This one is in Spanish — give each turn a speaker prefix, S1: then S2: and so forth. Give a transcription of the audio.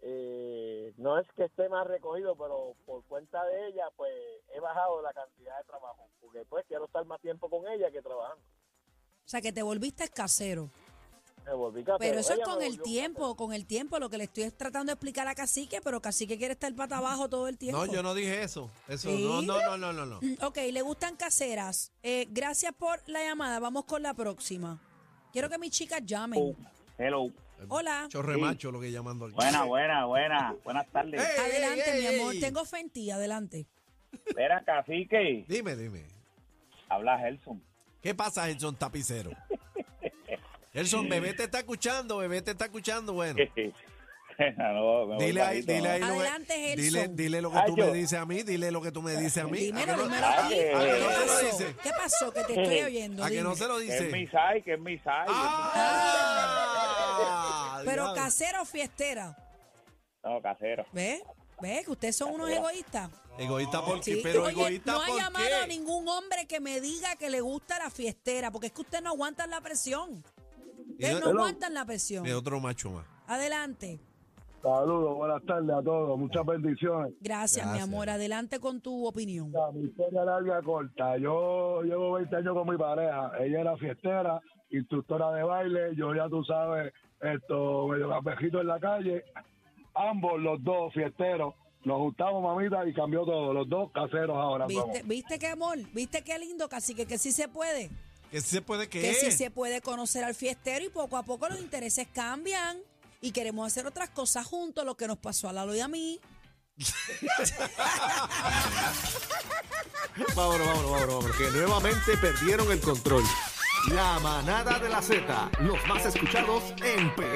S1: eh, no es que esté más recogido, pero por cuenta de ella, pues he bajado la cantidad de trabajo. Porque pues quiero estar más tiempo con ella que trabajando.
S2: O sea, que te volviste casero.
S1: Me volví
S2: Pero
S1: casero.
S2: eso es
S1: Ella
S2: con
S1: me
S2: el
S1: volvió
S2: tiempo, con el tiempo, lo que le estoy tratando de explicar a Cacique, pero Cacique quiere estar pata abajo todo el tiempo.
S3: No, yo no dije eso. Eso,
S2: ¿Sí?
S3: no, no, no, no, no, no.
S2: Mm, Ok, le gustan caseras. Eh, gracias por la llamada. Vamos con la próxima. Quiero que mis chicas llamen.
S1: Hello.
S2: Hola.
S3: Chorremacho, lo que llamando aquí.
S1: Buena, buena, buena. Buenas tardes.
S3: ¡Ey, ey,
S2: Adelante,
S3: ey!
S2: mi amor. Tengo fe en ti, adelante.
S1: Espera, cacique.
S3: Dime, dime.
S1: Habla Gelson.
S3: ¿Qué pasa, Gerson Tapicero? Gerson, bebé te está escuchando, bebé te está escuchando. Bueno,
S1: No, me voy
S3: dile ahí,
S1: bajito,
S3: dile ahí. lo que-
S2: Adelante, Gerson.
S3: Dile, dile lo que tú
S1: Ay, yo-
S3: me dices a mí, dile lo que tú me dices a mí. ¿A
S2: Dímelo,
S3: que no-
S2: dímelo
S1: Ah,
S2: aquí.
S1: que-
S2: ¿Qué
S3: ah, que no se
S2: pasó?
S3: dice.
S2: ¿Qué pasó? Que te estoy oyendo.
S3: ¿A que no
S2: dime.
S3: se lo
S1: Que es mi
S3: dice?
S1: sai, que es mi sai.
S3: Ah,
S2: Pero
S3: diablo.
S2: casero o fiestera.
S1: No, casero.
S2: ¿Ves? ¿Ves? Que ustedes son unos egoístas.
S3: Egoísta por qué,
S2: Sí.
S3: pero
S2: Oye,
S3: egoísta
S2: no ha
S3: por
S2: llamado a
S3: qué.
S2: ningún hombre que me diga que le gusta la fiestera, porque es que ustedes no aguantan la presión.
S3: Y
S2: Ustedes no
S3: de-
S2: aguantan la presión.
S3: De otro macho más.
S2: Adelante.
S4: Saludos, buenas tardes a todos, muchas bendiciones.
S2: Gracias, mi amor. Adelante con tu opinión.
S4: La mi historia larga corta. Ah, Yo llevo 20 años con mi pareja. Ella era fiestera, instructora de baile. Yo ya tú sabes, esto, medio campejito en la calle. Ambos, los dos fiesteros. Nos juntamos, mamita, y cambió todo. Los dos caseros ahora. somos.
S2: ¿Viste, ¿Viste qué amor? ¿Viste qué lindo, cacique? Que sí se puede.
S3: ¿Qué se puede que
S2: Que sí
S3: es?
S2: se puede conocer al fiestero y poco a poco los intereses cambian y queremos hacer otras cosas juntos, lo que nos pasó a Lalo y a mí.
S3: Vámonos, vámonos, vámonos, vámonos, que nuevamente perdieron el control.
S5: La manada de la Z, los más escuchados en PR.